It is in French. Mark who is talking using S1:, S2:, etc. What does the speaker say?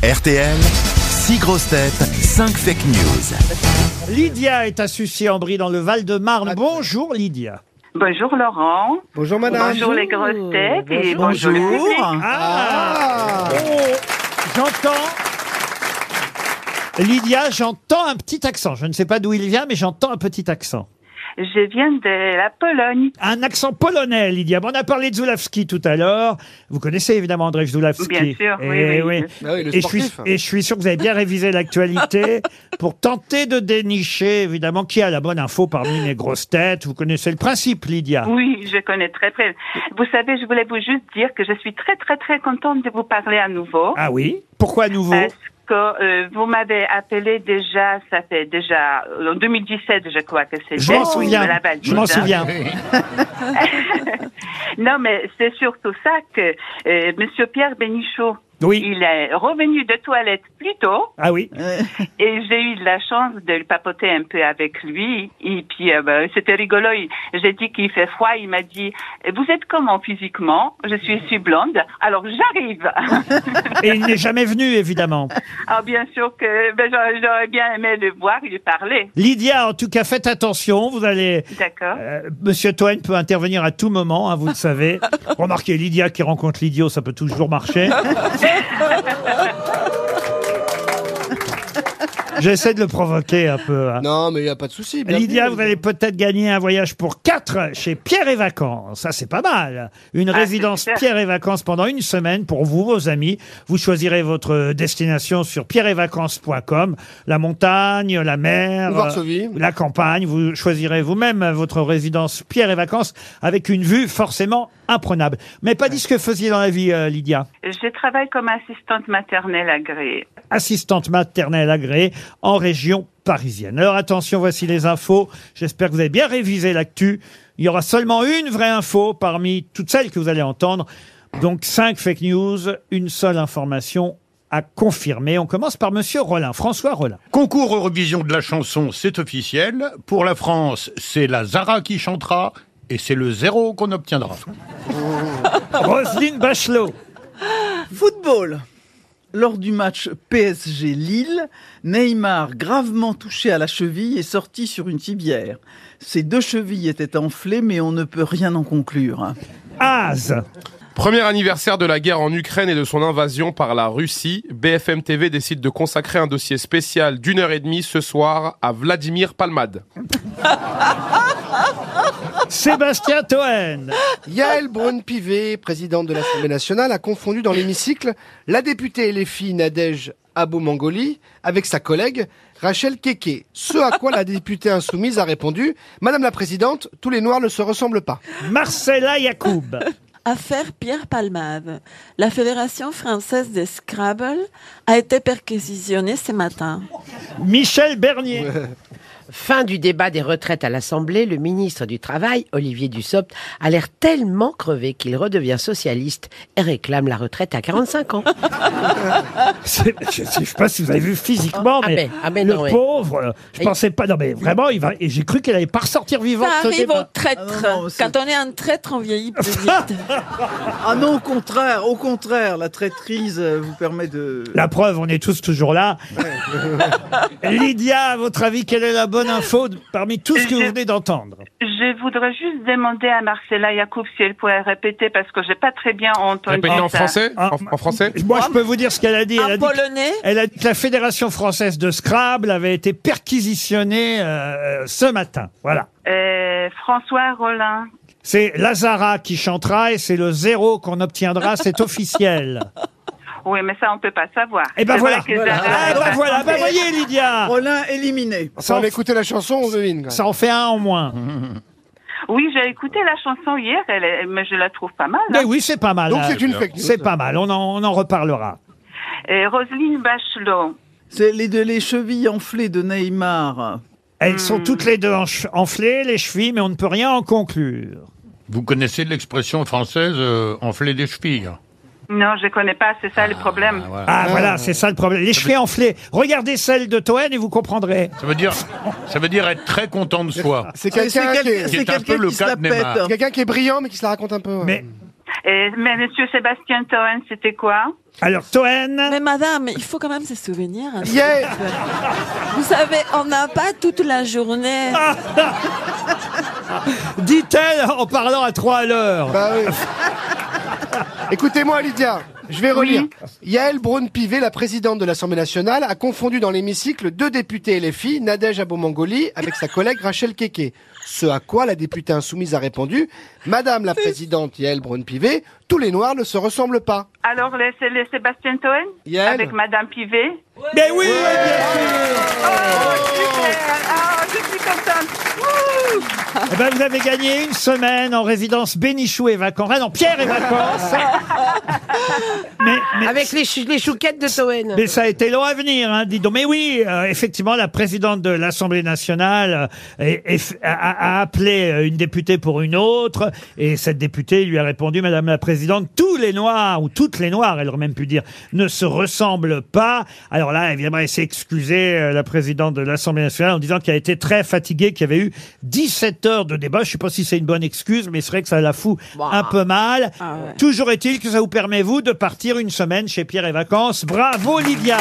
S1: RTL, 6 grosses têtes, 5 fake news.
S2: Lydia est à Sucy-en-Brie dans le Val-de-Marne. Bonjour Lydia.
S3: Bonjour Laurent.
S4: Bonjour madame.
S3: Bonjour, les grosses têtes et bonjour, le
S5: Bonjour.
S3: public.
S2: Ah, Oh, J'entends. Lydia, j'entends un petit accent. Je ne sais pas d'où il vient, mais j'entends un petit accent.
S3: Je viens de la Pologne,
S2: Un accent polonais, Lydia. Bon, on a parlé de Zulawski tout à l'heure. Vous connaissez évidemment Andrzej Zulawski.
S3: Bien sûr, oui,
S2: Eh
S3: oui.
S4: Ah oui, le
S2: Et je, suis,
S4: sportif.
S2: et je suis sûr que vous avez bien révisé l'actualité pour tenter de dénicher, évidemment, qui a la bonne info parmi les grosses têtes. Vous connaissez le principe, Lydia.
S3: oui, je connais très très. Vous savez, je voulais vous juste dire que je suis très très très contente de vous parler à nouveau
S2: Ah oui Pourquoi à nouveau
S3: parce que euh, vous m'avez appelé déjà, ça fait déjà en 2017, je crois que c'était.
S2: Je m'en
S3: Oui,
S2: souviens.
S3: Oh, la valise,
S2: Je m'en
S3: hein.
S2: souviens.
S3: Non, mais c'est surtout ça que euh, Monsieur Pierre Bénichot,
S2: Oui.
S3: il est revenu de toilette plus tôt.
S2: Ah oui.
S3: Et j'ai eu de la chance de le papoter un peu avec lui. Et puis, euh, ben, c'était rigolo. Il- J'ai dit qu'il fait froid. Il m'a dit, vous êtes comment physiquement Je suis, je suis blonde. Alors, j'arrive.
S2: Et il n'est jamais venu, évidemment.
S3: Alors, bien sûr que ben, j'a- j'aurais bien aimé le voir, lui parler.
S2: Lydia, en tout cas, faites attention. Vous allez.
S3: D'accord
S2: euh, Monsieur Toen peut intervenir à tout moment, hein, vous le savez. Remarquez, Lydia qui rencontre l'idiot, ça peut toujours marcher. J'essaie de le provoquer un peu. hein.
S4: Non, mais il n'y a pas de souci. bienvenue.
S2: Lydia, vous allez peut-être gagner un voyage pour quatre chez Pierre et Vacances. Ça, c'est pas mal. Une
S3: Ah,
S2: résidence
S3: c'est super.
S2: Pierre et Vacances pendant une semaine pour vous, vos amis. Vous choisirez votre destination sur pierreetvacances.com. La montagne, la mer, euh,
S4: Ou Varsovie.
S2: la campagne. Vous choisirez vous-même votre résidence Pierre et Vacances avec une vue forcément imprenable. Mais pas dit ce que faisiez dans la vie, euh, Lydia.
S3: Je travaille comme assistante maternelle agréée.
S2: assistante maternelle agréée en région parisienne. Alors attention, voici les infos. J'espère que vous avez bien révisé l'actu. Il y aura seulement une vraie info parmi toutes celles que vous allez entendre. Donc cinq fake news, une seule information à confirmer. On commence par Monsieur Rollin, François Rollin.
S6: Concours Eurovision de la chanson, c'est officiel. Pour la France, c'est la Zara qui chantera et c'est le zéro qu'on obtiendra.
S2: Roselyne Bachelot,
S5: Football. Lors du match PSG Lille, Neymar, gravement touché à la cheville, est sorti sur une cibière. Ses deux chevilles étaient enflées, mais on ne peut rien en conclure.
S2: Az,
S7: Premier anniversaire de la guerre en Ukraine et de son invasion par la Russie, BFM TV décide de consacrer un dossier spécial d'une heure et demie ce soir à Vladimir Palmade.
S2: Sébastien Toen,
S4: Yael Braun-Pivet, présidente de l'Assemblée nationale, a confondu dans l'hémicycle la députée et les filles Nadège Abou-Mangoli avec sa collègue Rachel Keke. Ce à quoi la députée insoumise a répondu Madame la présidente, tous les noirs ne se ressemblent pas.
S2: Marcella Yacoub,
S8: Affaire Pierre Palmade. La Fédération française de Scrabble a été perquisitionnée ce matin.
S2: Michel Bernier,
S9: Fin du débat des retraites à l'Assemblée, le ministre du Travail, Olivier Dussopt, a l'air tellement crevé qu'il redevient socialiste et réclame la retraite à 45 ans.
S2: C'est- Je ne sais pas si vous avez vu physiquement,
S9: Ah
S2: mais,
S9: ben, ah ben
S2: le
S9: non, ouais.
S2: pauvre, euh, je
S9: Et-
S2: pensais pas. Non, mais vraiment, il va. Et j'ai cru qu'elle allait pas ressortir
S8: Ça
S2: vivante. de ce
S8: arrive aux
S2: débat.
S8: traîtres.
S5: Ah non, non, c'est-
S8: Quand on est un traître, on vieillit plus vite.
S5: Ah non, au contraire, au contraire, la traîtrise euh, vous permet de...
S2: La preuve, on est tous toujours là. Lydia, à votre avis, quelle est la bonne info de- parmi tout ce que vous venez d'entendre
S3: Je voudrais juste demander à Marcella Yacoub si elle pourrait répéter parce que j'ai pas très bien entendu.
S7: Répétez en
S3: ça.
S7: français
S2: Ah,
S7: en, en français
S2: Moi, je peux vous dire ce qu'elle a dit. Elle
S8: Un
S2: a dit,
S8: Polonais
S2: elle a dit que la Fédération française de Scrabble avait été perquisitionnée euh, ce matin. Voilà.
S3: Euh, François Rollin.
S2: C'est Lazara qui chantera et c'est le zéro qu'on obtiendra, c'est officiel.
S3: Oui, mais ça, on peut pas savoir.
S2: Et ben
S3: C'est vrai
S2: voilà.
S3: que Zara-
S2: Ah ben voilà, ben voyez Lydia.
S5: Rollin éliminé.
S2: Ça
S4: Sans
S2: en,
S4: écouter la chanson, on devine. quoi.
S2: ça en fait un en moins.
S3: Oui, j'ai écouté la chanson hier, elle est- mais je la trouve pas mal. hein.
S2: Mais oui, c'est pas mal.
S4: Donc
S2: hein.
S4: c'est une fake news.
S2: C'est pas mal, on en, on en reparlera.
S3: Et Roselyne Bachelot.
S5: C'est les, deux- les chevilles enflées de Neymar.
S2: Elles
S3: Hmm.
S2: sont toutes les deux ench- enflées, les chevilles, mais on ne peut rien en conclure.
S6: Vous connaissez l'expression française euh, enfler les chevilles
S3: Non, je connais pas, c'est ça le problème.
S6: Ah, voilà.
S2: Ah, voilà, c'est ça le problème. Les chevilles enflées. Regardez celle de Toen et vous comprendrez.
S6: ça, veut dire, ça veut dire être très content de soi.
S4: C'est
S5: C'est
S4: quelqu'un qui,
S5: quel-
S4: est-
S5: c'est
S6: qui est un
S5: quelqu'un
S6: peu le
S5: qui se
S6: cas
S5: la
S6: de Neymar.
S5: pète.
S4: quelqu'un qui est brillant mais qui se la raconte un peu. ouais.
S2: Mais
S3: Et- mais monsieur Sébastien Toen, c'était quoi
S2: Alors, Toen,
S8: Mais madame, il faut quand même se souvenir. un
S4: Yeah.
S8: petit peu. Vous savez, on n'a pas toute la journée.
S2: dit-elle en parlant à trois à l'heure.
S4: Bah oui. Écoutez-moi, Lydia. Je vais relire. Yael Braun-Pivet, la présidente de l'Assemblée nationale, a confondu dans l'hémicycle deux députés LFI, Nadège Abomangoli, avec sa collègue Rachel Keke. Ce à quoi la députée insoumise a répondu Madame la présidente Yael Braun-Pivet, tous les noirs ne se ressemblent pas.
S3: Alors, le- c'est le Sébastien Toen
S4: Yael.
S3: avec Madame Pivet.
S2: Mais oui, bien sûr.
S3: Ah, je suis contente. Ouh.
S2: Eh ben, vous avez gagné une semaine en résidence Bénichou et vacances. Ah non, Pierre et vacances. mais, mais-
S9: Avec les, chou- les chouquettes de Toen.
S2: mais ça a été long à venir, hein, dis donc. Mais oui, euh, effectivement, la présidente de l'Assemblée nationale euh, est- est- a, a appelé euh, une députée pour une autre, et cette députée lui a répondu, Madame la Présidente, tous les Noirs, ou toutes les Noires, elle aurait même pu dire, ne se ressemblent pas. Alors là, évidemment, elle s'est excusée, euh, la présidente de l'Assemblée nationale, en disant qu'elle était très fatiguée, qu'il y avait eu 17 heures de débat. Je sais pas si c'est une bonne excuse, mais c'est vrai que ça la fout
S9: Bah.
S2: un peu mal.
S8: Ah ouais.
S2: Toujours est-il que ça vous permet, vous, de partir une semaine chez Pierre et Vacances. Bravo, Lydia